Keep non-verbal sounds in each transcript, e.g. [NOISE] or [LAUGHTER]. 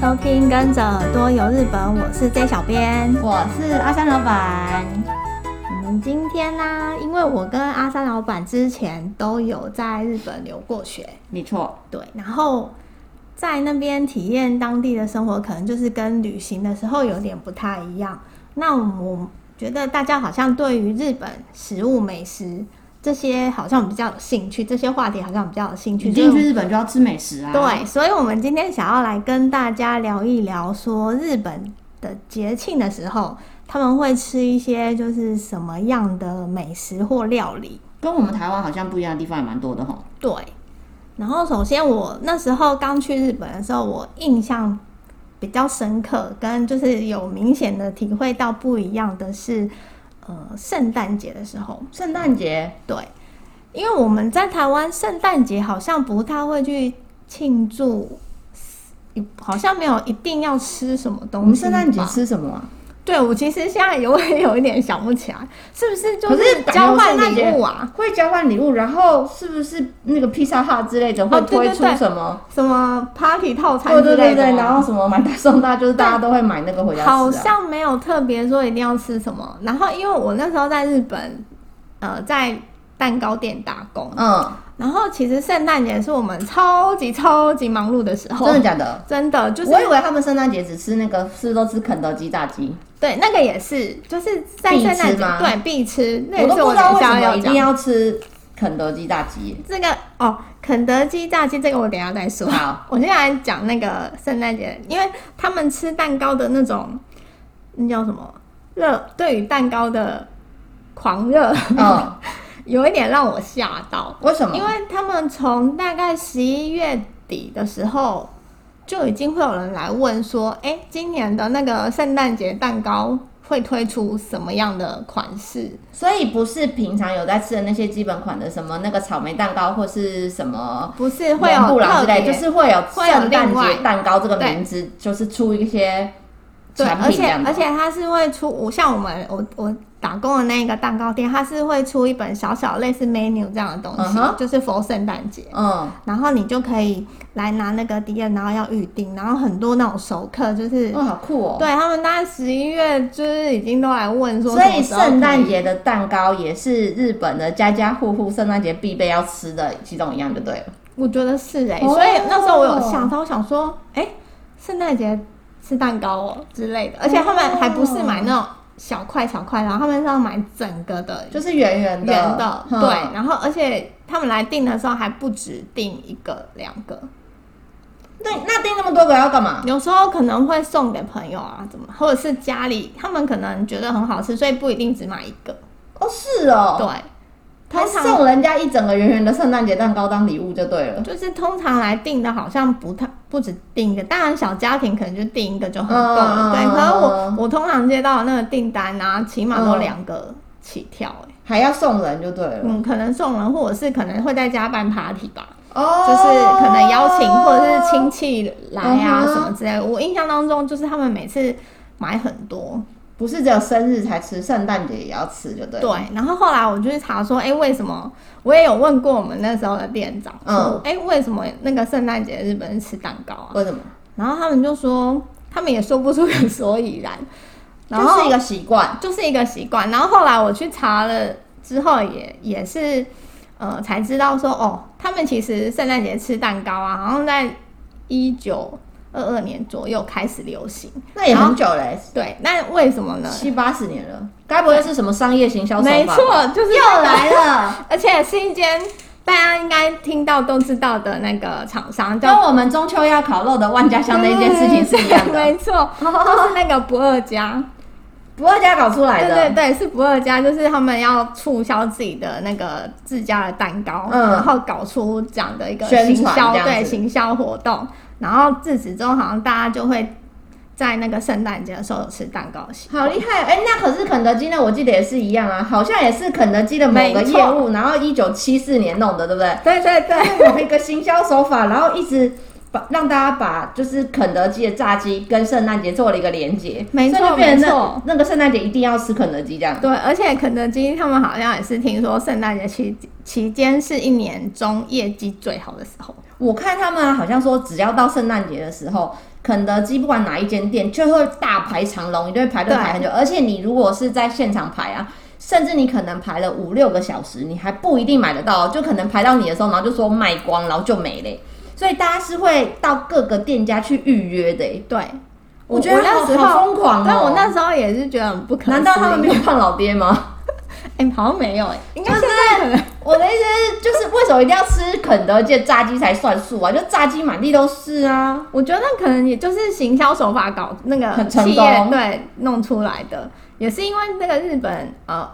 收听《跟着耳朵游日本》，我是 J 小编。我是阿三老板。我们今天呢、因为我跟阿三老板之前都有在日本留过学，没错，对，然后在那边体验当地的生活，可能就是跟旅行的时候有点不太一样。那我觉得大家好像对于日本食物、美食这些好像比较有兴趣，这些话题好像比较有兴趣。你所以进我去日本就要吃美食啊。对，所以，我们今天想要来跟大家聊一聊，说日本的节庆的时候，他们会吃一些就是什么样的美食或料理。跟我们台湾好像不一样的地方也蛮多的吼。对，然后首先我那时候刚去日本的时候，我印象比较深刻，跟就是有明显的体会到不一样的是，呃，圣诞节的时候，圣诞节对，因为我们在台湾圣诞节好像不太会去庆祝，好像没有一定要吃什么我东们西吧。圣诞节吃什么啊？对我其实现在有 [LAUGHS] 有一点想不起来，是不是就可是交换圣诞礼节物啊？会交换礼物，然后是不是那个披萨哈之类的哦会对推对出对什么？什么 party 套餐对之对类对的对，吗然后什么买大送大，就是大家都会买那个回家吃、啊。好像没有特别说一定要吃什么。然后因为我那时候在日本，呃，在蛋糕店打工，嗯，然后其实圣诞节是我们超级超级忙碌的时候，真的假的？真的就是我以为他们圣诞节只吃那个，是不是都吃肯德基炸鸡？对那个也是，就是在必圣吃诞节吗对必吃，那我也都是不知等道一为下什么要一定讲。要吃肯德基炸鸡。这个哦，肯德基炸鸡这个我等一下再说。好，我先来讲那个圣诞节，因为他们吃蛋糕的那种，那叫什么热？对于蛋糕的狂热，嗯， [LAUGHS] 有一点让我吓到，为什么？因为他们从大概十一月底的时候，就已经会有人来问说，哎、今年的那个圣诞节蛋糕会推出什么样的款式？所以不是平常有在吃的那些基本款的，什么那个草莓蛋糕或是什么不是会有布朗特之类，别，就是会有会有圣诞另外节蛋糕这个名字，就是出一些对，产而品这且样子而且它是会出，我像我们我我打工的那个蛋糕店，它是会出一本小小类似 menu 这样的东西嗯哼就是佛圣诞节。嗯，然后你就可以来拿那个 D N，然后要预定，然后很多那种熟客就是哇，好酷哦！对他们大概十一月就是已经都来问说，所以圣诞节的蛋糕也是日本的家家户户圣诞节必备要吃的其中一样，就对了。我觉得是哎、哦所以那时候我有想到，我想说，哎、圣诞节吃蛋糕哦之类的，而且他们还不是买那种小块小块，然后他们是要买整个的，就是圆圆的，圆的，嗯对，然后而且他们来订的时候还不止订一个两个，那那订那么多个要干嘛？有时候可能会送给朋友啊，怎么，或者是家里他们可能觉得很好吃，所以不一定只买一个，哦，是哦，对，他通常送人家一整个圆圆的圣诞节蛋糕当礼物就对了。就是通常来订的，好像不太不止订一个，当然小家庭可能就订一个就很够了，嗯对，嗯可是我嗯我通常接到的那个订单啊，起码都嗯两个起跳、欸，还要送人就对了。嗯，可能送人，或者是可能会在家办 party 吧。哦就是可能邀请或者是亲戚来啊嗯哼什么之类的。我印象当中，就是他们每次买很多，不是只有生日才吃，圣诞节也要吃，就对。对，。然后后来我就去查说，哎、为什么？我也有问过我们那时候的店长，嗯说，哎、为什么那个圣诞节日本人吃蛋糕啊？为什么？然后他们就说，他们也说不出个所以 [LAUGHS] 然，然就后是一个习惯。就是一个习惯。然后后来我去查了之后也，也是呃才知道说，哦，他们其实圣诞节吃蛋糕啊，好像在一九二二年左右开始流行。那也很久嘞、对，那为什么呢？七八十年了。该不会是什么商业行销手法？没，错，就是那又个，来 [LAUGHS] 了。而且是一间大家应该听到都知道的那个厂商，跟叫我们中秋要烤肉的万家香那件事情是一样对的，没错， [LAUGHS] 就是那个不二家。不二家搞出来的。对对对，是不二家，就是他们要促销自己的那个自家的蛋糕，嗯然后搞出这样的一个宣行传销这样对子行销活动，然后自此之后，好像大家就会在那个圣诞节的时候有吃蛋糕的习好惯。厉害！哎、那可是肯德基呢？我记得也是一样啊，好像也是肯德基的某个没错业务，然后一九七四年弄的，对不对？对对 [LAUGHS] 对，某一个行销手法，然后一直把让大家把就是肯德基的炸鸡跟圣诞节做了一个连接，没错所以就变成没错那那个圣诞节一定要吃肯德基这样。对，而且肯德基他们好像也是听说圣诞节期期间是一年中业绩最好的时候。我看他们好像说，只要到圣诞节的时候，肯德基不管哪一间店，就会大排长龙，一定会排队对排很久。而且你如果是在现场排啊，甚至你可能排了五六个小时，你还不一定买得到，就可能排到你的时候，然后就说卖光，然后就没嘞。所以大家是会到各个店家去预约的、欸，对，我觉得那好时好候，疯狂哦、但我那时候也是觉得很不可思议。难道他们没有胖老爹吗？哎、好像没有哎、应该现在可能 [LAUGHS] 我的意思是，就是为什么一定要吃肯德基的炸鸡才算数啊？就炸鸡满地都是啊。我觉得可能也就是行销手法搞那个很成企业功对弄出来的，也是因为那个日本呃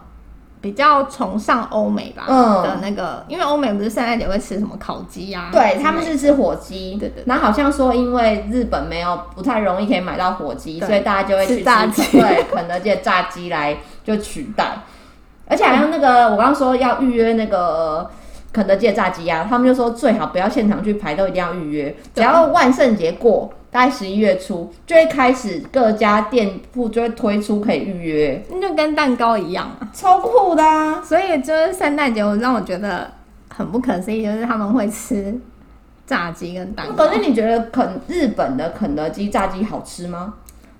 比较崇尚欧美吧、嗯的那个，因为欧美不是圣诞节会吃什么烤鸡啊呀、对，他们是吃火鸡，对对对然后好像说，因为日本没有不太容易可以买到火鸡，对所以大家就会去吃炸鸡肯对肯德基的炸鸡来就取代。而且好像那个我刚刚说要预约那个肯德基的炸鸡啊，他们就说最好不要现场去排，都一定要预约。只对要万圣节过，大概十一月初就会开始各家店铺就会推出可以预约，那就跟蛋糕一样啊。超酷的啊！所以就是圣诞节，我让我觉得很不可思议，就是他们会吃炸鸡跟蛋糕可。哦是你觉得肯日本的肯德基炸鸡好吃吗？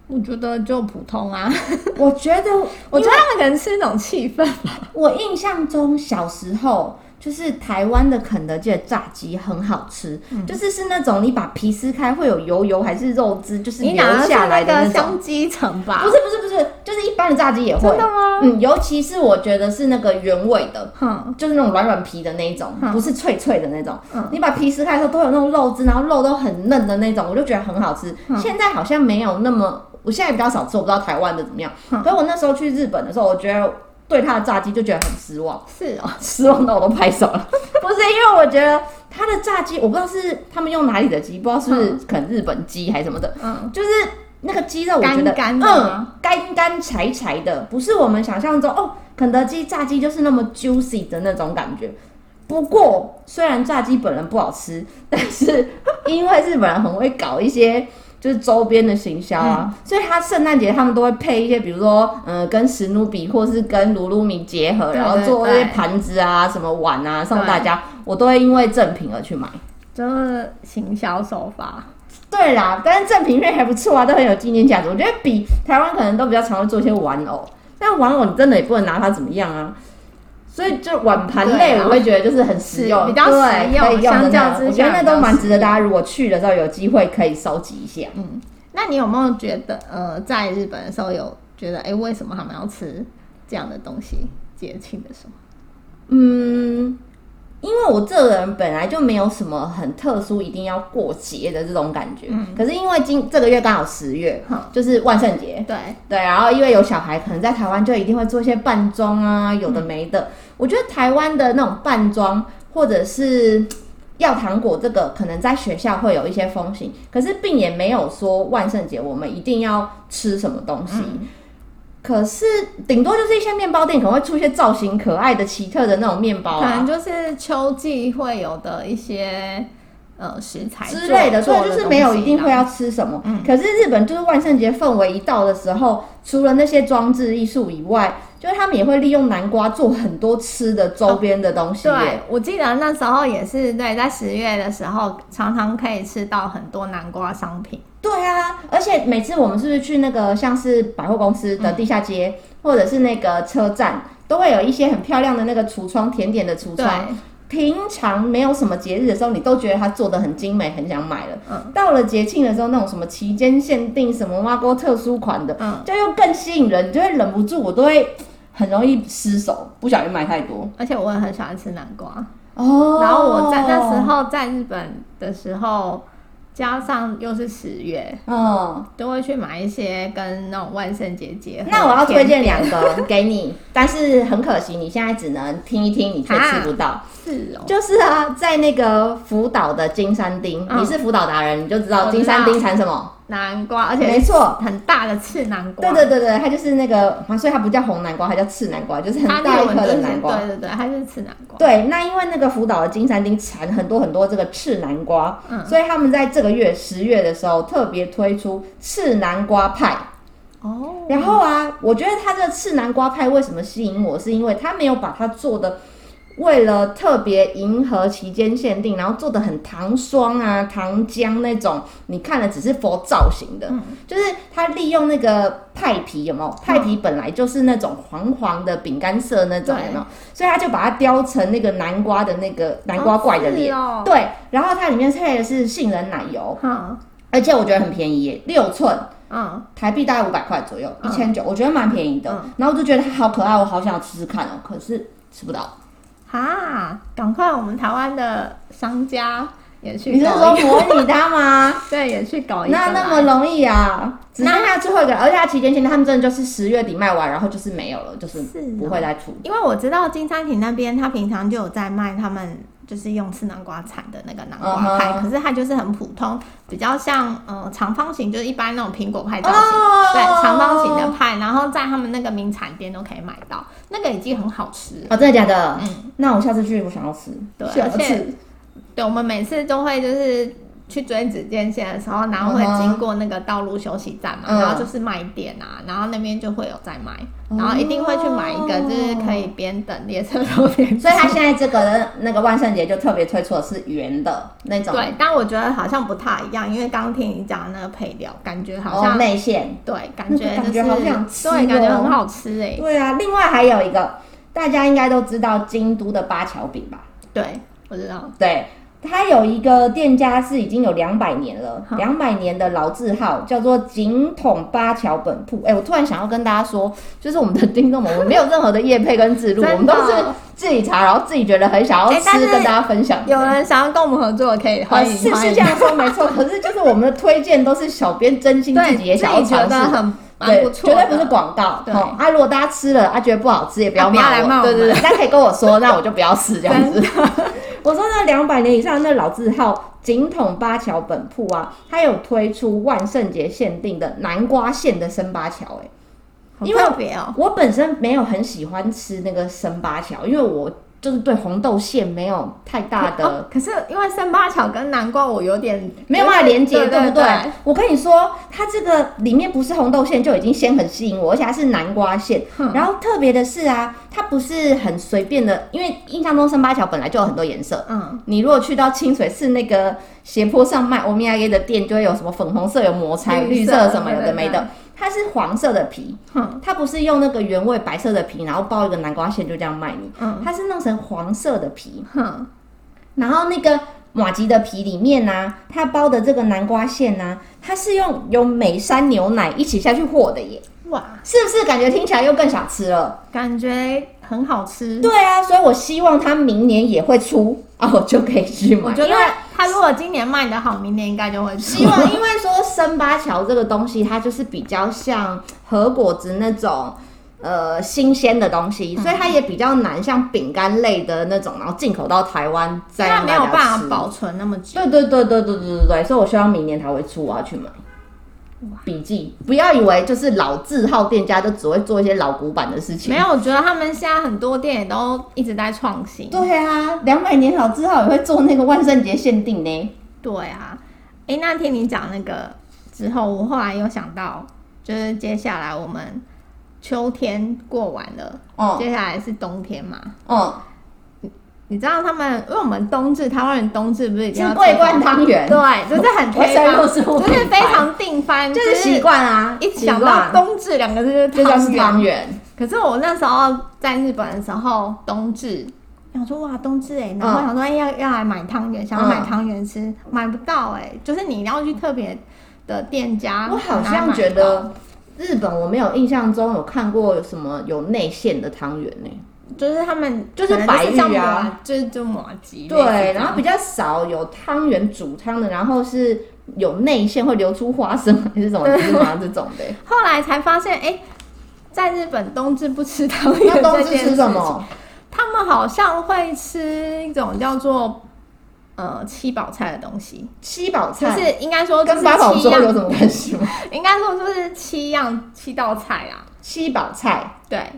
我觉得就普通啊，我觉得，我觉得他们可能吃那种气氛吧。我印象中小时候就是台湾的肯德基的炸鸡很好吃，嗯就是是那种你把皮撕开会有油油还是肉汁，就是你流拿的是下那来的个那种。香鸡城吧不？是不是不是，就是一般的炸鸡也会真的。吗？嗯，尤其是我觉得是那个原味的，哼，就是那种软软皮的那一种，嗯不是脆脆的那种。嗯你把皮撕开的时候都有那种肉汁，然后肉都很嫩的那种，我就觉得很好吃。嗯现在好像没有那么，我现在比较少吃，我不知道台湾的怎么样。嗯可是我那时候去日本的时候，我觉得对它的炸鸡就觉得很失望， [LAUGHS] 是哦，失望到我都拍手 [LAUGHS] 了。不是因为我觉得它的炸鸡，我不知道是他们用哪里的鸡，不知道是不是可能日本鸡还是什么的，嗯，就是那个鸡肉，我觉得干干的嗯吗，干干柴柴的，不是我们想象中哦，肯德基炸鸡就是那么 juicy 的那种感觉。不过，虽然炸鸡本人不好吃，但是因为日本人很会搞一些就是周边的行销啊，嗯所以他圣诞节他们都会配一些，比如说，呃，跟史努比或是跟鲁鲁米结合，对然后对做一对些盘子啊、什么碗啊送对大家。我都会因为赠品而去买。就是行销手法。对啦，但是正品类还不错啊，都很有纪念价值。我觉得比台湾可能都比较常会做一些玩偶，但玩偶你真的也不能拿它怎么样啊。所以就碗盘类，对啊我会觉得就是很实用，是比较实对用可以用相的较那之我觉得下那比较都蛮实值得大家如果去的时候有机会可以收集一下。那你有没有觉得，呃，在日本的时候有觉得，哎、为什么他们要吃这样的东西？节庆的时候，嗯，因为我这个人本来就没有什么很特殊一定要过节的这种感觉，嗯可是因为今这个月刚好十月哼，就是万圣节，对，对，然后因为有小孩，可能在台湾就一定会做一些扮装啊，有的没的。我觉得台湾的那种扮装或者是要糖果这个，可能在学校会有一些风行，可是并也没有说万圣节我们一定要吃什么东西。可是顶多就是一些面包店可能会出一些造型可爱的、奇特的那种面包可能啊。就是秋季会有的一些呃食材之类的，所做以做就是没有东西一定会要啦吃什么。嗯可是日本就是万圣节氛围一到的时候，除了那些装置艺术以外，就是他们也会利用南瓜做很多吃的周边的东西耶、哦对，我记得那时候也是对，在十月的时候，常常可以吃到很多南瓜商品。对啊，而且每次我们是不是去那个像是百货公司嗯的地下街，或者是那个车站，都会有一些很漂亮的那个橱窗，甜点的橱对，窗。平常没有什么节日的时候，你都觉得它做的很精美，很想买了。嗯到了节庆的时候，那种什么期间限定、什么挖沟特殊款的，嗯，就又更吸引人，你就会忍不住，我都会很容易失手，不小心买太多。而且我也很喜欢吃南瓜。哦然后我在那时，候在日本的时候，加上又是十月，嗯，都会去买一些跟那种万圣节结合。那我要推荐两个给你， [LAUGHS] 但是很可惜，你现在只能听一听，你却吃不到。是哦，就是啊，在那个福岛的金山町，嗯你是福岛达人，你就知道我知道金山町产什么。南瓜，而且没错，很大的刺南瓜。对对对对，它就是那个，啊所以它不叫红南瓜，它叫赤南瓜，就是很它大日一文颗就是的南瓜。对对对，它就是刺南瓜。对，那因为那个福岛的金山町产很多很多这个赤南瓜，嗯所以他们在这个月十月的时候特别推出赤南瓜派。哦，然后啊，我觉得它这个赤南瓜派为什么吸引我，是因为它没有把它做的为了特别迎合期间限定，然后做的很糖霜啊、糖浆那种，你看了只是佛造型的，嗯就是它利用那个派皮有没有？派皮本来就是那种黄黄的饼干色那种对有没有？所以它就把它雕成那个南瓜的那个南瓜怪的脸，哦对，然后它里面配的是杏仁奶油，是哦而且我觉得很便宜耶，六寸。好，嗯，台币大概五百块左右，一嗯千九，我觉得蛮便宜的。嗯然后我就觉得它好可爱，我好想要吃吃看哦，可是吃不到。哈，赶快我们台湾的商家也去你是搞说一，模拟 [LAUGHS] 它吗？对，也去搞一个那来，那么容易啊？只剩下最后一个，而且它期间限定，他们真的就是十月底卖完，然后就是没有了，就是是哦不会再出。因为我知道金山亭那边，他平常就有在卖他们就是用吃南瓜产的那个南瓜派嗯哼可是它就是很普通，比较像嗯、呃长方形，就是一般那种苹果派造型。哦对，长方形的派，然后在他们那个名产店都可以买到，那个已经很好吃了。哦，真的假的？嗯那我下次去，我想要吃，对想要而且吃。对，我们每次都会就是去追紫见线的时候，然后会嗯哼经过那个道路休息站嘛，嗯然后就是卖店啊，然后那边就会有在卖，哦然后一定会去买一个，就是可以边等列车头边吃。所以它现在这个的那个万圣节就特别推出的是圆的那种，对，但我觉得好像不太一样，因为刚听你讲的那个配料，感觉好哦像、内馅。对，感觉那就个感是觉好想吃对，感觉哦很好吃哎、对啊，另外还有一个，大家应该都知道京都的八巧饼吧？对，我知道，对，它有一个店家是已经有两百年了，好两百年的老字号，叫做井筒八巧本铺。哎、我突然想要跟大家说，就是我们的听众们，我们没有任何的业配跟自 [LAUGHS] 录，真的哦我们都是自己查，然后自己觉得很想要哎吃，但是跟大家分享的。有人想要跟我们合作，可以呃欢迎，是欢是迎这样说没错，可是就是我们的推荐都是小编真心对自己也想要自己觉尝得试，很蛮对，不错绝的，对不是广告。对哦，啊，如果大家吃了啊觉得不好吃，也不啊要不要骂来我。骂我对对们对，大家可以跟我说，那我就不要吃这样 [LAUGHS] 子。我说那两百年以上的那老字号井筒八桥本铺啊，它有推出万圣节限定的南瓜馅的生八桥、欸，好因为特别哦，我本身没有很喜欢吃那个生八桥，因为我就是对红豆馅没有太大的。哦可是因为生八巧跟南瓜，我有点没有办法连接，对对不对对？我跟你说，它这个里面不是红豆馅就已经先很吸引我，而且它是南瓜馅。嗯然后特别的是啊，它不是很随便的，因为印象中生八桥本来就有很多颜色。嗯，你如果去到清水寺那个斜坡上卖欧米茄的店，就会有什么粉红色、有抹茶、有绿绿色色什么有对对的没对的。它是黄色的皮，哼它不是用那个原味白色的皮，然后包一个南瓜馅就这样卖你。嗯它是弄成黄色的皮，哼，然后那个马吉的皮里面呢、它包的这个南瓜馅呢、它是用有美山牛奶一起下去和的耶，哇，是不是？感觉听起来又更想吃了。感觉很好吃。对啊，所以我希望它明年也会出啊，我就可以去买。我觉因得为他如果今年卖的好，明年应该就会出希望，因为说生八桥这个东西，它就是比较像和果子那种。呃，新鲜的东西，嗯所以它也比较难，像饼干类的那种，然后进口到台湾再那让没大有家办法吃保存那么久。对对对对对对对对，所以我希望明年它会出，我要去买。笔记，不要以为就是老字号店家就只会做一些老古板的事情。没有，我觉得他们现在很多店也都一直在创新。对啊，两百年老字号也会做那个万圣节限定呢。对啊，哎、那听你讲那个之后，我后来又想到，就是接下来我们秋天过完了，哦接下来是冬天嘛。哦，你知道他们，因为我们冬至，台湾人冬至不是一定吃要桂吃冠红汤圆，对，就是很我推想翻又，是我就是非常定番，就是习。惯啊，一习想到惯冬至两个字就就叫汤是圆，汤圆。可是我那时候在日本的时候，冬至，想说哇冬至哎、然后嗯想说、哎要要来买汤圆，想要嗯买汤圆吃，买不到哎、就是你要去特别的店家，我好哪像买觉到得日本我没有印象中有看过有什么有内馅的汤圆呢。就是他们就是可能白玉啊像麻就是就麻吉类似这对，样然后比较少有汤圆煮汤的，然后是有内馅会流出花生还是什么芝麻这种 [LAUGHS] 的。后来才发现哎、在日本冬至不吃汤圆，那冬至吃什？么？他们好像会吃一种叫做呃七宝菜的东西，七宝就菜是应该说就是跟八宝七粥样有什么关系吗？ [LAUGHS] 应该说就是七样七道菜啊，七宝菜，对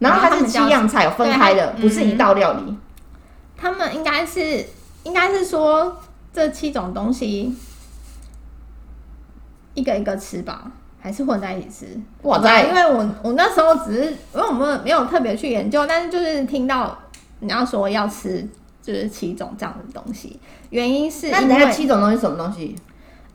然哦后它是七样菜，有分开的，对嗯不是一道料理。他们应该是应该是说这七种东西一个一个吃吧，还是混在一起吃？哇对，塞因为我我那时候只是因为我们没有特别去研究，但是就是听到你要说要吃就是七种这样的东西，原因是那因你还有为七种东西是什么东西？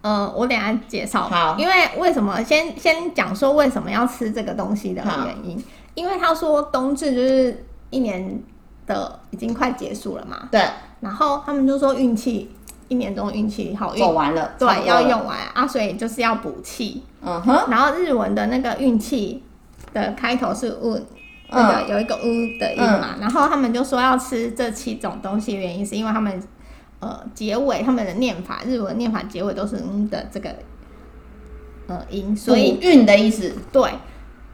呃，我等一下介绍。好因为为什么先先讲说为什么要吃这个东西的好原因？因为他说冬至就是一年的已经快结束了嘛，对，然后他们就说运气一年中运气好运走完了，差不对多要了。用完啊，所以就是要补气。嗯哼，然后日文的那个运气的开头是 un，、那嗯个有一个 u 的音嘛，然后他们就说要吃这七种东西，原因是因为他们呃结尾他们的念法，日文念法结尾都是 u 的这个呃音，所以补运的意思。对，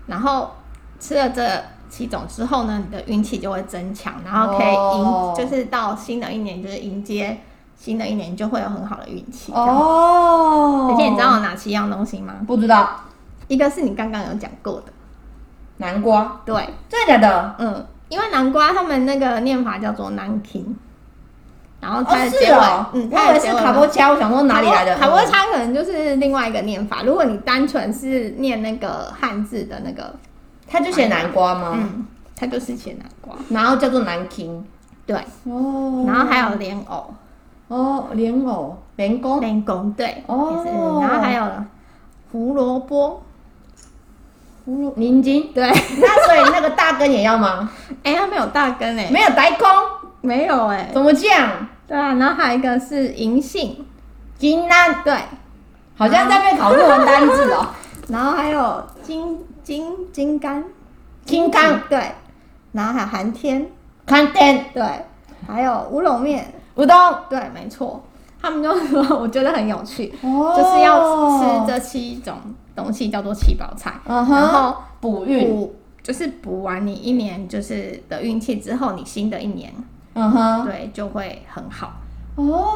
然后吃了这七种之后呢，你的运气就会增强，然后可以迎、哦就是到新的一年，就是迎接新的一年，就会有很好的运气。这样，哦而且你知道有哪七样东西吗？不知道？一个是你刚刚有讲过的，南瓜，对，真的假的？嗯，因为南瓜他们那个念法叫做 nanking，然后哦，它的是结尾，哦，嗯，我它以的为结是尾卡波加，我想说哪里来的？卡波差可能就是另外一个念法。如果你单纯是念那个汉字的那个，嗯他就写南瓜吗？嗯，它就是写南瓜。然后叫做南京。对，哦然后还有莲藕、哦莲藕、莲藕、莲藕，对，哦也是。然后还有胡萝卜，葫芦、宁京。对。 [LAUGHS] 那所以那个大根也要吗？哎，它没有大根哎，没有白空，没有哎。怎么讲？对啊，然后还有一个是银杏，金兰对，好像在被考作文单字啊哦。然后还有金金金柑。金刚、对，然后还有寒天，看天、对，还有乌龙面，乌冬，对，没错。他们就说，我觉得很有趣，哦就是要吃这七种东西，叫做七宝菜。嗯然哼，后补哦运，啊补就是补完你一年就是的运气之后，你新的一年嗯哼，对就会很好，哦，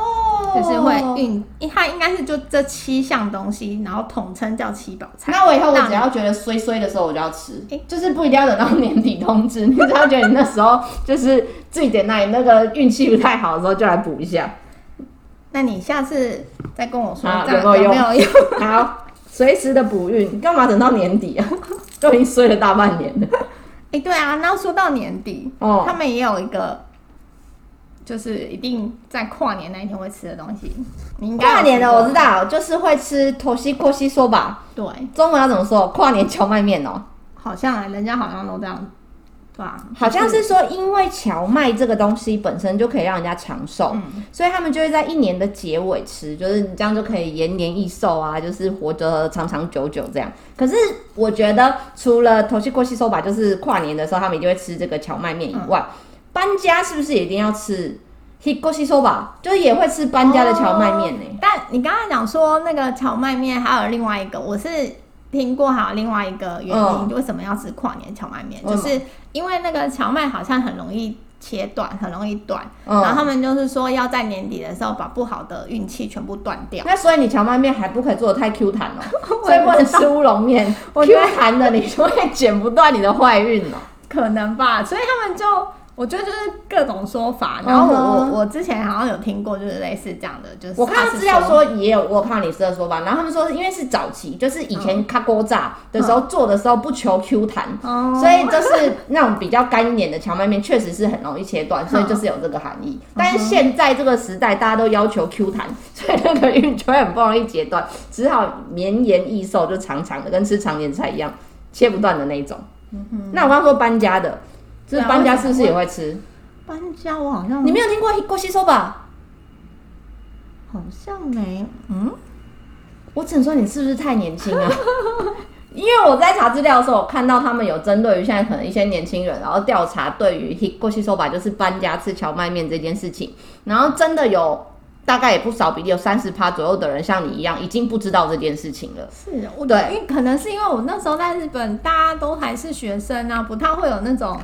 就是会运。它应该是就这七项东西，然后统称叫七宝菜。那我以后我让只要觉得衰衰的时候，我就要吃诶，就是不一定要等到年底通知， [LAUGHS] 你只要觉得你那时候就是自己点那里那个运气不太好的时候，就来补一 [LAUGHS] 下。那你下次再跟我说好这样有没有有没有用？好，随时的补运，干嘛等到年底啊？ [LAUGHS] 都已经衰了大半年了。哎、对啊，那说到年底，哦他们也有一个，就是一定在跨年那一天会吃的东西。你应该有跨年吃了，过我知道，就是会吃头西过西说吧，对，中文要怎么说？跨年荞麦面哦，好像啊，人家好像都这样，对啊吧？好像是说，因为荞麦这个东西本身就可以让人家长寿，所以他们就会在一年的结尾吃，就是你这样就可以延年益寿啊，就是活得长长久久这样。可是我觉得，除了头七过西寿吧，就是跨年的时候他们一定会吃这个荞麦面以外，搬家是不是也一定要吃？西过西寿吧，就是也会吃搬家的荞麦面呢、但你刚才讲说那个荞麦面，还有另外一个，我是听过还有另外一个原因，嗯为什么要吃跨年荞麦面，为就什么是因为那个荞麦好像很容易切断，很容易断，然后嗯，他们就是说要在年底的时候把不好的运气全部断掉。那所以你荞麦面还不可以做的太 Q 弹哦， [LAUGHS] 我所也以不能吃乌龙面我觉，Q 得弹的你就会剪不断你的坏运哦。可能吧，所以他们就我觉得就是各种说法。然后我、嗯哼我我之前好像有听过，就是类似这样的，就是我看他到是资料说也有，我有看到你是的说法，然后他们说是因为是早期，就是以前卡锅炸的时候、做的时候不求 Q 弹，哦所以就是那种比较干一点的荞麦面确实是很容易切断，所以就是有这个含义。但是现在这个时代大家都要求 Q 弹，所以那个运就会很不容易截断，只好绵延益寿，就长长的，跟吃常年菜一样，切不断的那一种。那我刚刚说搬家的，就对是啊搬家为什是么不是也会吃？搬家，我好像嗯你没有听过过吸收吧？好像没嗯，我只能说你是不是太年轻了？啊 [LAUGHS] 因为我在查资料的时候，我看到他们有针对于现在可能一些年轻人，然后调查对于 h i 过去说法就是搬家吃荞麦面这件事情，然后真的有大概也不少比例有三十趴左右的人像你一样已经不知道这件事情了。是我对因为可能是因为我那时候在日本，大家都还是学生啊，不太会有那种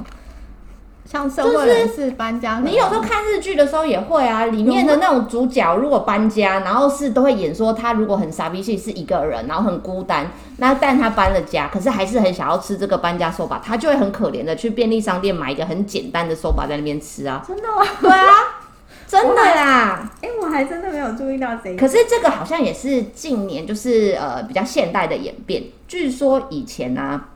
像社会人士搬家。。你有时候看日剧的时候也会啊，里面的那种主角如果搬家，然后是都会演说他如果很傻逼气是一个人，然后很孤单，那但他搬了家，可是还是很想要吃这个搬家寿把，他就会很可怜的去便利商店买一个很简单的寿把在那边吃啊真的吗？对啊，真的啦。 [LAUGHS] 哎、我还真的没有注意到这一个。可是这个好像也是近年就是呃比较现代的演变，据说以前啊，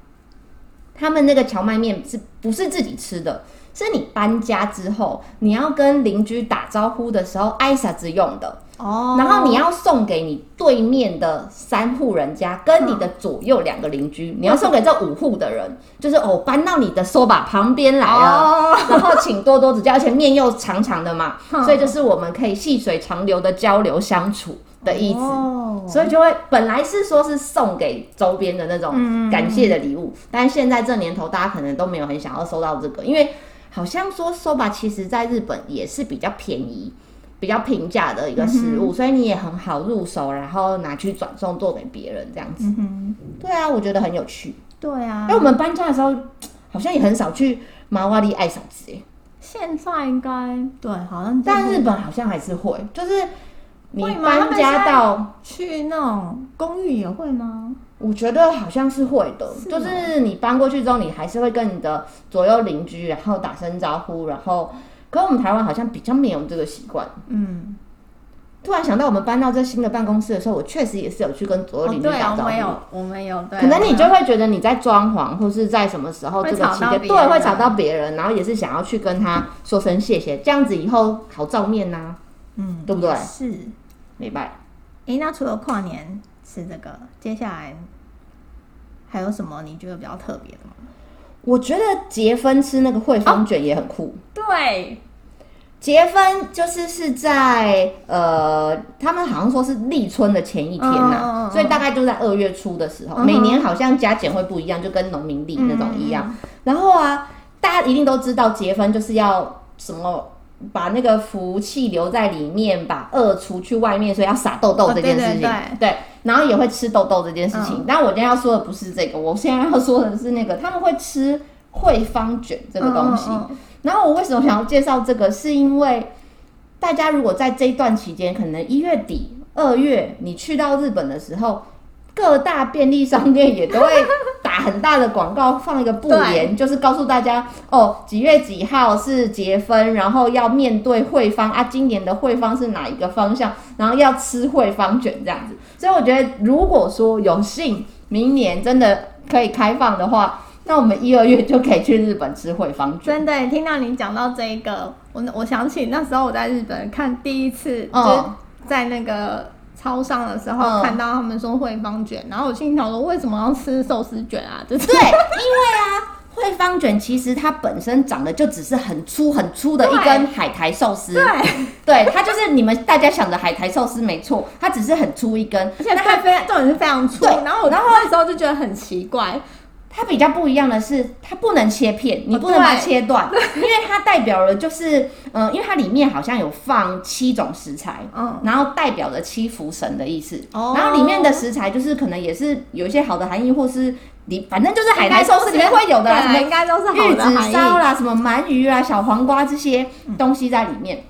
他们那个荞麦面是不是自己吃的？是你搬家之后，你要跟邻居打招呼的时候挨啥子用的，哦，然后你要送给你对面的三户人家，跟你的左右两个邻居，你要送给这五户的人，就是哦搬到你的 soba 旁边来了。哦， [LAUGHS] 然后请多多指教，而且面又长长的嘛，嗯所以就是我们可以细水长流的交流相处的意思。哦所以就会本来是说是送给周边的那嗯种感谢的礼物，但现在这年头大家可能都没有很想要收到这个，因为好像说 soba 其实在日本也是比较便宜。比较平价的一个食嗯物，所以你也很好入手，然后拿去转送做给别人这样子。嗯哼，对啊，我觉得很有趣。对啊因为，我们搬家的时候，好像也很少去麻瓦利爱嫂子耶，现在应该对，好像 [LAUGHS] 但是日本好像还是会，就是你会吗他搬们现家在到去那种公寓也会吗？我觉得好像是会的，是哦就是你搬过去之后，你还是会跟你的左右邻居然后打声招呼，然后，可我们台湾好像比较没有这个习惯。嗯，突然想到我们搬到这新的办公室的时候，我确实也是有去跟左右哦邻居对打啊，招我们呼。有，我们有，对，可能你就我们会觉得你在装潢或是在什么时候会这个吵期到间，别对，人会吵到别人，然后也是想要去跟他说声谢谢，这样子以后好照面呐、嗯，对不对？是。明白。诶，那除了跨年吃这个，接下来还有什么你觉得比较特别的吗？我觉得结婚吃那个汇丰卷也很酷。对，结婚就是是在呃，他们好像说是立春的前一天呐、嗯嗯嗯嗯所以大概就在二月初的时候。嗯哼每年好像加减会不一样，就跟农民历那种嗯一样。然后啊，大家一定都知道，结婚就是要什么。把那个福气留在里面，把恶除去外面，所以要撒豆豆哦这件事情，对嗯对然后也会吃豆豆这件事情。但我今天要说的不是这个，我现在要说的是那个他们会吃惠方卷这个东西。嗯嗯嗯然后我为什么想要介绍这个，是因为大家如果在这一段期间，可能一月底、二月，你去到日本的时候，各大便利商店也都会打很大的广告，放一个布帘，就是告诉大家哦，几月几号是结婚，然后要面对惠方啊，今年的惠方是哪一个方向，然后要吃惠方卷这样子。所以我觉得，如果说有幸明年真的可以开放的话，那我们一二月就可以去日本吃惠方卷。真的听到你讲到这个，我我想起那时候我在日本看第一次，嗯就是在那个超商的时候、嗯看到他们说惠方卷，然后我心里想说为什么要吃寿司卷啊？ [LAUGHS] [LAUGHS] 就是对，因为啊，惠方卷其实它本身长得就只是很粗很粗的一根海苔寿司，对，对，它就是你们大家想的海苔寿司没错，它只是很粗一 [LAUGHS] 根，而且它非重点是非常粗，对然后我然后那时候就觉得很奇怪，它比较不一样的是，它不能切片，你哦不能把它对切断，因为它代表了就是，嗯、因为它里面好像有放七种食材，嗯，然后代表着七福神的意思。哦然后里面的食材就是可能也是有一些好的含义，或是你反正就是海苔寿司里面会有的啊啦，什对么应该都是好玉的子含烧义。啦、什么鳗鱼啦、小黄瓜这些东西在里面。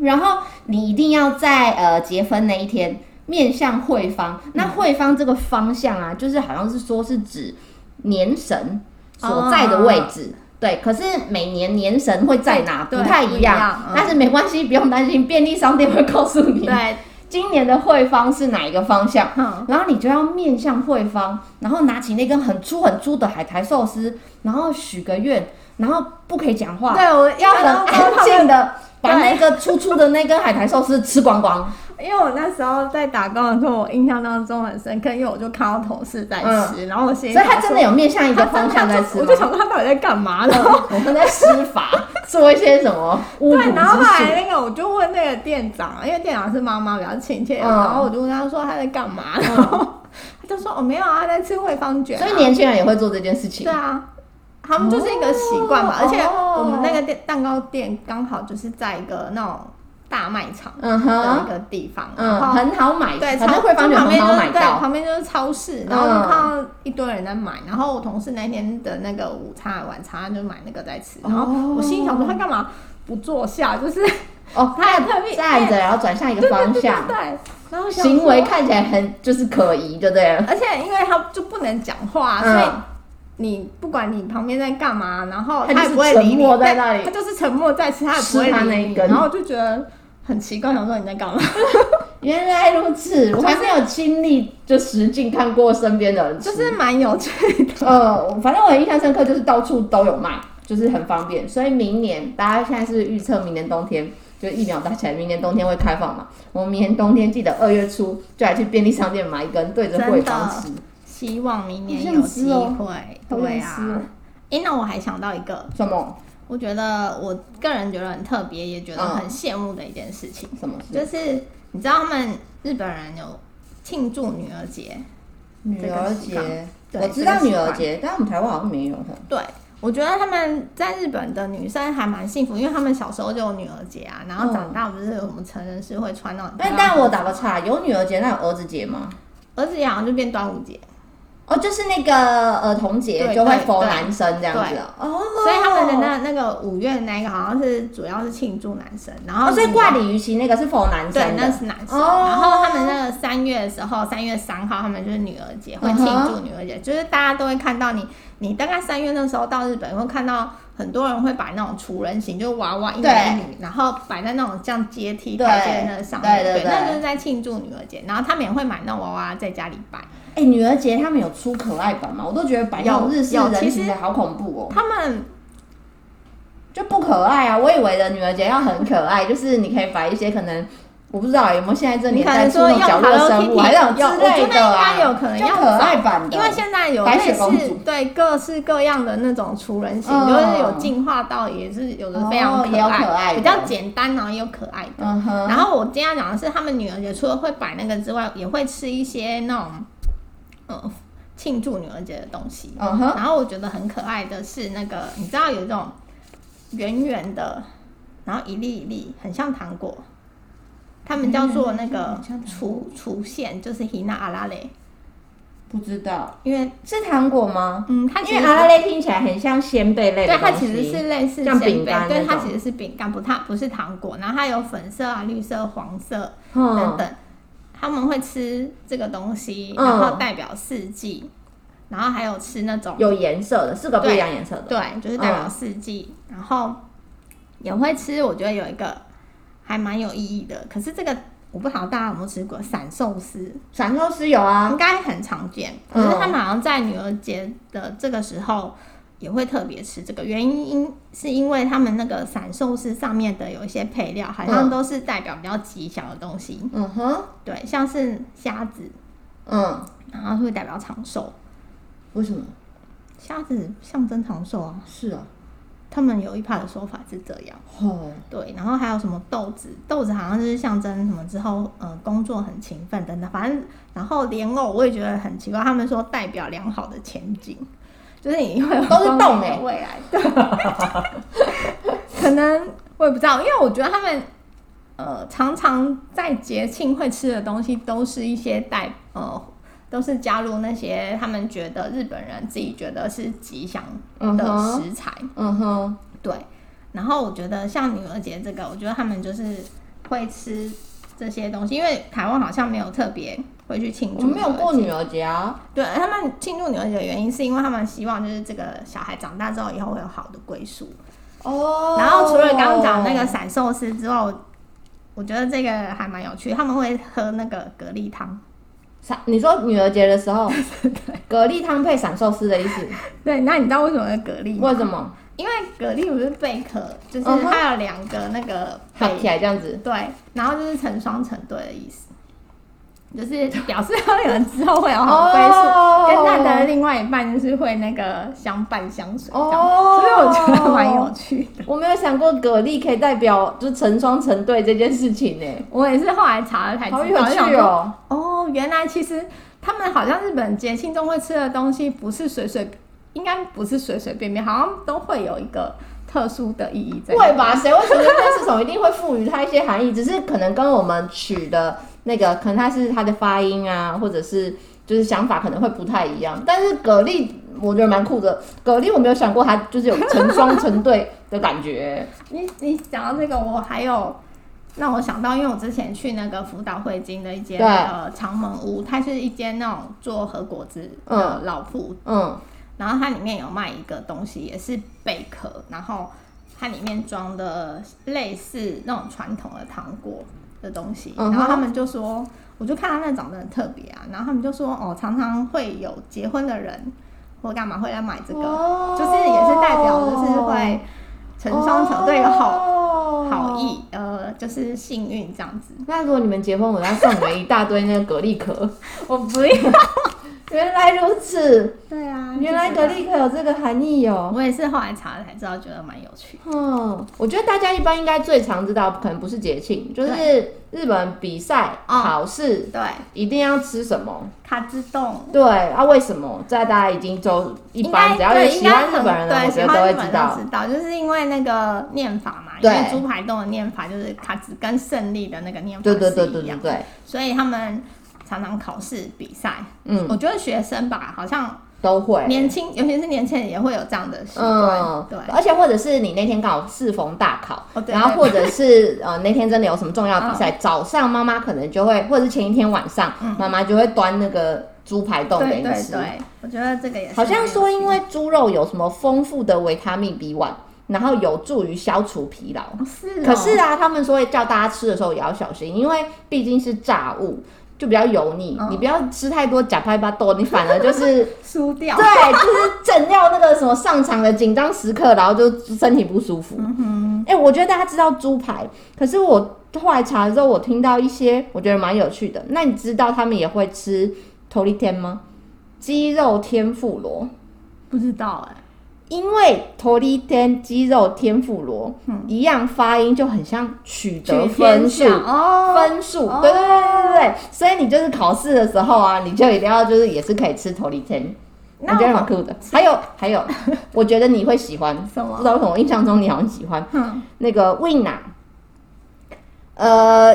然后你一定要在呃结婚那一天面向会方，那会方这个方向啊，就是好像是说是指年神所在的位置。对，可是每年年神会在哪不对太不一一样，样嗯但是没关系，不用担心，便利商店会告诉你对，今年的会方是哪一个方向。嗯，然后你就要面向惠方，然后拿起那根很粗很粗的海苔寿司，然后许个愿，然后不可以讲话，对我要很安静的把对那个粗粗的那根海苔寿司吃光光。因为我那时候在打工的时候，我印象当中很深刻，因为我就看到同事在吃，然后我心里嗯所以他想说真的有面向一个方向在吃我吗就？想说他到底在干嘛呢？我们在施法，做一些什么巫蛊 [LAUGHS] 对，然后后之术？来那个我就问那个店长，因为店长是妈妈比较亲切，嗯然后我就问他说他在干嘛，然后他就说哦没有啊，他在吃惠方卷啊、所以年轻人也会做这件事情对。啊，他们就是一个习惯嘛哦，而且我们那个店蛋糕店刚好就是在一个那种大卖场嗯的一哼，个地方，嗯，然后很好买，对，反正超惠方卷旁很边就好是买对，到。嗯旁边就是超市，然后就看到一堆人在买。然后我同事那天的那个午餐、晚餐就买那个在吃，然后我心里想说他干嘛不坐下，就是哦，他也特别站着，然后转向一个方向， [LAUGHS] 对，对然后想说行为，看起来很就是可疑，就对了。而且因为他就不能讲话，所以嗯，你不管你旁边在干嘛，然后他他就是也不会理沉你，默对在那里他就是沉默在吃，他也不会吃他那理一你，根然后我就觉得很奇怪，想说你在干嘛？ [LAUGHS] 原来如此，我还没有亲历就实境看过身边的人吃，就是蛮有趣的，呃，反正我很印象深刻，就是到处都有卖，就是很方便。所以明年大家现在是不是预测明年冬天，就是疫苗打起来，明年冬天会开放嘛？我们明年冬天记得二月初就来去便利商店买一根，对着桂芳吃。希望明年好有想吃机哦会。好对想吃啊哦，诶，那我还想到一个，什么我觉得我个人觉得很特别，也觉得嗯很羡慕的一件事情，什么事？就是你知道他们日本人有庆祝女儿节，女儿节，啊这个习惯我知道对这个习女惯儿节，但我们台湾好像没有。对，我觉得他们在日本的女生还蛮幸福，因为他们小时候就有女儿节啊，然后长大不是我们成人是会穿那种。但但我打个岔，有女儿节，那有儿子节吗？儿子也好像就变端午节，哦，就是那个儿童节对就会对佛对男生这样子哦。哦，所以他们的那那个五月那一个好像是主要是庆祝男生，然后哦，所以女挂鲤鱼旗那个是否男生对的？那是男生，哦然后他们那个三月的时候，三月三号他们就是女儿节，会嗯庆祝女儿节，就是大家都会看到你，你大概三月那时候到日本会看到很多人会摆那种雏人形，就娃娃一男一女，然后摆在那种像阶梯对台阶的那上面，对对对那就是在庆祝女儿节，然后他们也会买那种娃娃在家里摆，哎、女儿节他们有出可爱版吗？我都觉得摆那有种日式有人其形的实好恐怖哦，他们就不可爱啊！我以为的女儿节要很可爱，就是你可以摆一些可能我不知道有没有现在这你年可代能出说那用种角 Hello 落生物， Kitty，还有有，之我觉类得的应啊，该有可能就要可爱版的，因为现在有白雪类公似主对各式各样的那种雏人型，嗯就是有进化到也是有的非常哦也有可爱的比较简单然后又可爱的。嗯哼，然后我今天要讲的是，他们女儿节除了会摆那个之外，也会吃一些那种嗯庆祝女儿节的东西。嗯哼，然后我觉得很可爱的是那个，你知道有一种圆圆的，然后一粒一粒，很像糖果。他们叫做那圆圆个的嗯很像糖雏雏线，就是 hina 阿拉蕾，不知道因为是糖果吗？嗯，它其因实为阿拉蕾听起来很像鲜贝类的对它东西，其实是类似像鲜饼贝干对那它种其实是饼干，不它不是糖果，然后它有粉色啊、绿色、黄色等嗯等，他们会吃这个东西，嗯然后代表四季，然后还有吃那种有颜色的，四个不一样颜色的，对，就是代表嗯四季，然后也会吃。我觉得有一个还蛮有意义的，可是这个我不知道大家有没有吃过散寿司，闪寿司有啊应，该很常见。可嗯是他们好像在女儿节的这个时候也会特别吃这个，原因是因为他们那个散寿司上面的有一些配料，好像嗯都是代表比较吉祥的东西，嗯哼，对，像是虾子，嗯，然后会代表长寿，为什么？虾子象征长寿啊。是啊，他们有一派的说法是这样。哦，对，然后还有什么豆子，豆子好像就是象征什么之后，呃，工作很勤奋等等，反正然后莲藕我也觉得很奇怪，他们说代表良好的前景， [LAUGHS] 就是你会有都是光洞明的欸未 [LAUGHS] 来，对，可能我也不知道，因为我觉得他们呃常常在节庆会吃的东西都是一些代呃。都是加入那些他们觉得日本人自己觉得是吉祥嗯的哼食材，嗯哼，对，然后我觉得像女儿节这个，我觉得他们就是会吃这些东西，因为台湾好像没有特别会去庆我祝，们没有。过女儿节啊，对他们庆祝女儿节的原因，是因为他们希望就是这个小孩长大之后以后会有好的归宿。哦然后除了刚刚讲那个散寿司之外，我我觉得这个还蛮有趣，他们会喝那个蛤蜊汤。 [LAUGHS] 闪，你说女儿节的时候， [LAUGHS] 蛤蜊汤配闪寿司的意思，对，那你知道为什么有蛤蜊吗？为什么？因为蛤蜊不是贝壳，就是嗯哼它有两个那个合贝起来这样子，对，然后就是成双成对的意思，就是表示他们有人之后会有好归宿， [LAUGHS] 哦跟他的另外一半就是会那个相伴相随这样，哦所以我觉得蛮有趣的。我没有想过蛤蜊可以代表就成双成对这件事情呢，我也是后来查了才知道，好有哎就想趣说哦。哦，原来其实他们好像日本节庆中会吃的东西，不是随随，应该不是随随便便，好像都会有一个特殊的意义在。会？吧？谁会觉得这是什么？一定会赋予它一些含义，只是可能跟我们取的那个，可能它是它的发音啊，或者是就是想法可能会不太一样。但是蛤蜊，我觉得蛮酷的。蛤蜊我没有想过它就是有成双成对的感觉。你你讲到这个，我还有让我想到，因为我之前去那个福岛汇金的一间对呃长门屋，它是一间那种做和果子的老铺，嗯，然后它里面有卖一个东西，也是贝壳，然后它里面装的类似那种传统的糖果的东西，嗯哼然后他们就说，我就看到那长得很特别啊，然后他们就说哦，常常会有结婚的人或干嘛会来买这个，哦就是也是代表就是会成双成对，有好、好好。意，呃，就是幸运这样子。那如果你们结婚，我要送你们一大堆那个蛤蜊壳。 [LAUGHS] 我不要，原来如此，对啊，原来就蛤是这样蜊壳有这个含义哦。我也是后来查了才知道，觉得蛮有趣。嗯，我觉得大家一般应该最常知道，可能不是节庆，就是日本比赛、哦考试对，一定要吃什么。卡之洞。对啊，为什么？在大家已经都一般，应只该要对有应喜该欢很日本人的，啊对我觉喜得都欢日会本人知道知。道，就是因为那个念法嘛，因对为猪排洞的念法就是卡子跟胜利的那个念法对对是对对一对样对，所以他们常常考试比赛。嗯，我觉得学生吧，好像都会。年轻，尤其是年轻人也会有这样的习惯嗯，，对，而且或者是你那天刚好适逢大考，哦对嗯然后或者是呃那天真的有什么重要比 [LAUGHS] 赛，早上妈妈可能就会，或者是前一天晚上，妈妈就会端那个猪排冻给对你对吃。对，我觉得这个也是好像说，因蛮有为猪肉有什么丰富的维他命 B one，然后有助于消除疲劳。趣的可哦是是哦，啊，他们说叫大家吃的时候也要小心，因为毕竟是炸物，就比较油腻。嗯你不要吃太多假拍巴豆，你反而就是 [LAUGHS] 输掉，对，就是正要那个什么上场的紧张时刻，然后就身体不舒服。嗯哎、我觉得大家知道猪排，可是我后来查了之后，我听到一些我觉得蛮有趣的。那你知道他们也会吃头利天吗？鸡肉天妇罗，不知道哎，因为头利天鸡肉天妇罗、一样发音就很像取得嗯取天分数下。哦，分数，哦对对对对对，所以你就是考试的时候啊，你就一定要就是也是可以吃头利天，我那觉得蛮我酷的。还有还有，我觉得你会喜欢， [LAUGHS] 什不么知？道为什么，我印象中你好像喜欢嗯，那个 Wina。呃，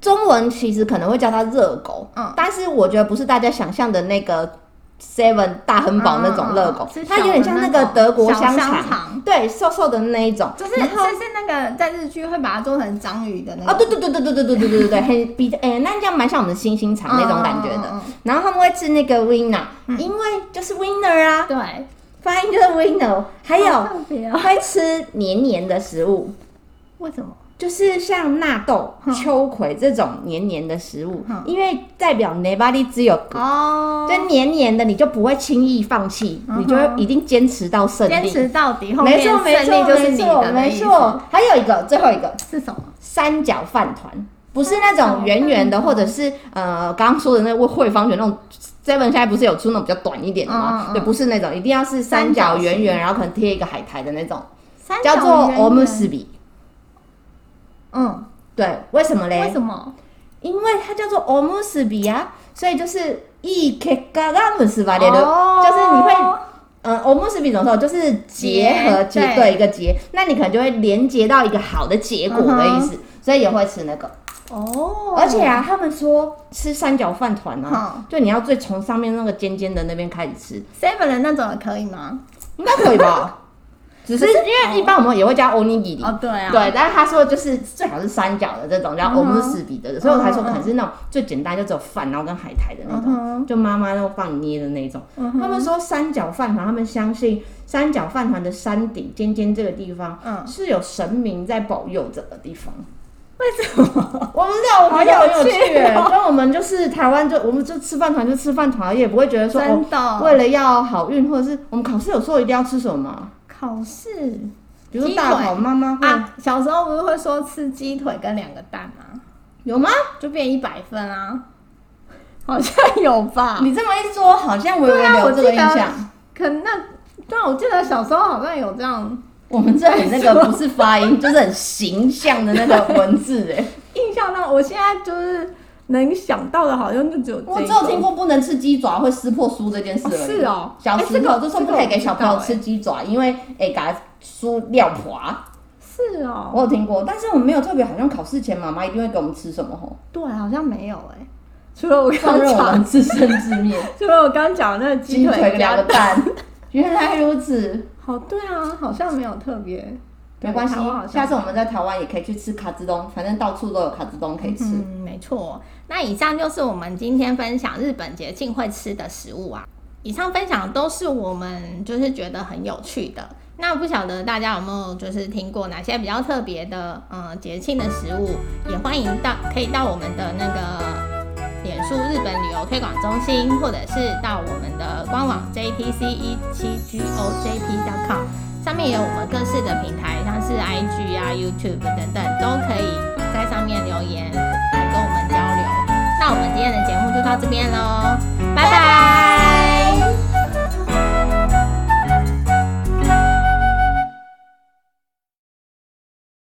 中文其实可能会叫它热狗，嗯但是我觉得不是大家想象的那个 Seven 大亨堡那种热狗，嗯嗯嗯它有点像那个德国小香肠，肠，对，瘦瘦的那一种，就是然就后是那个在日剧会把它做成章鱼的那哦，个对对对对对对对对对对对，很比诶、那这样蛮像我们的星星肠那种感觉的。嗯嗯嗯嗯然后他们会吃那个 Winner，、因为就是 Winner 啊，对，发音就是 Winner，还有。好特别哦，会吃黏黏的食物，为什么？就是像纳豆、秋葵这种黏黏的食物嗯，因为代表 nobody 只有。哦，就黏黏的，你就不会轻易放弃，嗯哼你就会一定坚持到胜坚利。持到底，后面没错，胜没利错，就是没你错，的，没，错。还有一个，最后一个是什么？三角饭团，不是那种圆圆的，三角饭团或者是呃刚刚说的那个汇方拳那种。seven 现在不是有出那种比较短一点的吗？嗯嗯嗯对，不是那种，一定要是三角圆圆，然后可能贴一个海苔的那种，三叫角做圆 o m u 圆 s b i 嗯，对，为什么嘞？为什么？因为它叫做 o m u s b i 啊，所以就是一 k ga ga m u s b 哦就是你会嗯 o m u s b i 怎么说？就是结合结结对对一个结，那你可能就会连接到一个好的结果的意思，所以也会吃那个。哦，而且啊，他们说吃三角饭团嗯啊，就你要最从上面那个尖尖的那边开始吃， seven 的那种也可以吗？应该可以吧？只是因为一般我们也会加 onigiri，哦，对啊，嗯嗯对，但是他说就是最好是三角的这种，然后欧姆斯比的，所以我才说可能是那种最简单，就只有饭，然后跟海苔的那嗯种，哼就妈妈那种帮你捏的那种。嗯他们说三角饭团，他们相信三角饭团的山顶尖尖这个地方。嗯，是有神明在保佑这个地方，为什么？我们这种好朋友很有有趣趣耶 [LAUGHS] 哦。跟我们就是台湾就我们就吃饭团就吃饭团，也不会觉得说哦，真的，为了要好运，或者是我们考试有时候一定要吃什么嘛，考试比如说鸡大腿考妈妈会、啊，小时候不是会说吃鸡腿跟两个蛋吗？有吗？就变一百分啊，好像有吧？你这么一说，好像我有对啊有这我个记印得象。可能那，但我记得小时候好像有这样，我们这里那个不是发音， [LAUGHS] 就是很形象的那个文 [LAUGHS] 字哎。印象到我现在就是能想到的，好像就只有我这只个有听过不能吃鸡爪会撕破书这件事而已。哦是哦小哎这时个候就说不可以给小朋友欸吃鸡爪，因为哎给他书料滑。是哦，我有听过，但是我们没有特别，好像考试前妈妈一定会给我们吃什么吼，对，好像没有哎、除了我放刚任我讲们，吃生字面、除了我刚讲的那个鸡 [LAUGHS] 鸡腿腿两个加，蛋。 [LAUGHS] 原来如此，好对啊，好像没有特别，没关系台湾好，像下次我们在台湾也可以去吃卡兹东，反正到处都有卡兹东可以吃。嗯，没错。那以上就是我们今天分享日本节庆会吃的食物啊。以上分享都是我们就是觉得很有趣的。那不晓得大家有没有就是听过哪些比较特别的呃节庆的食物？也欢迎到可以到我们的那个脸书日本旅游推广中心，或者是到我们的官网 JTC 一 E 七 GOJP.com，上面有我们各式的平台，像是 IG 啊、YouTube 等等，都可以在上面留言来跟我们交流。那我们今天的节目就到这边喽，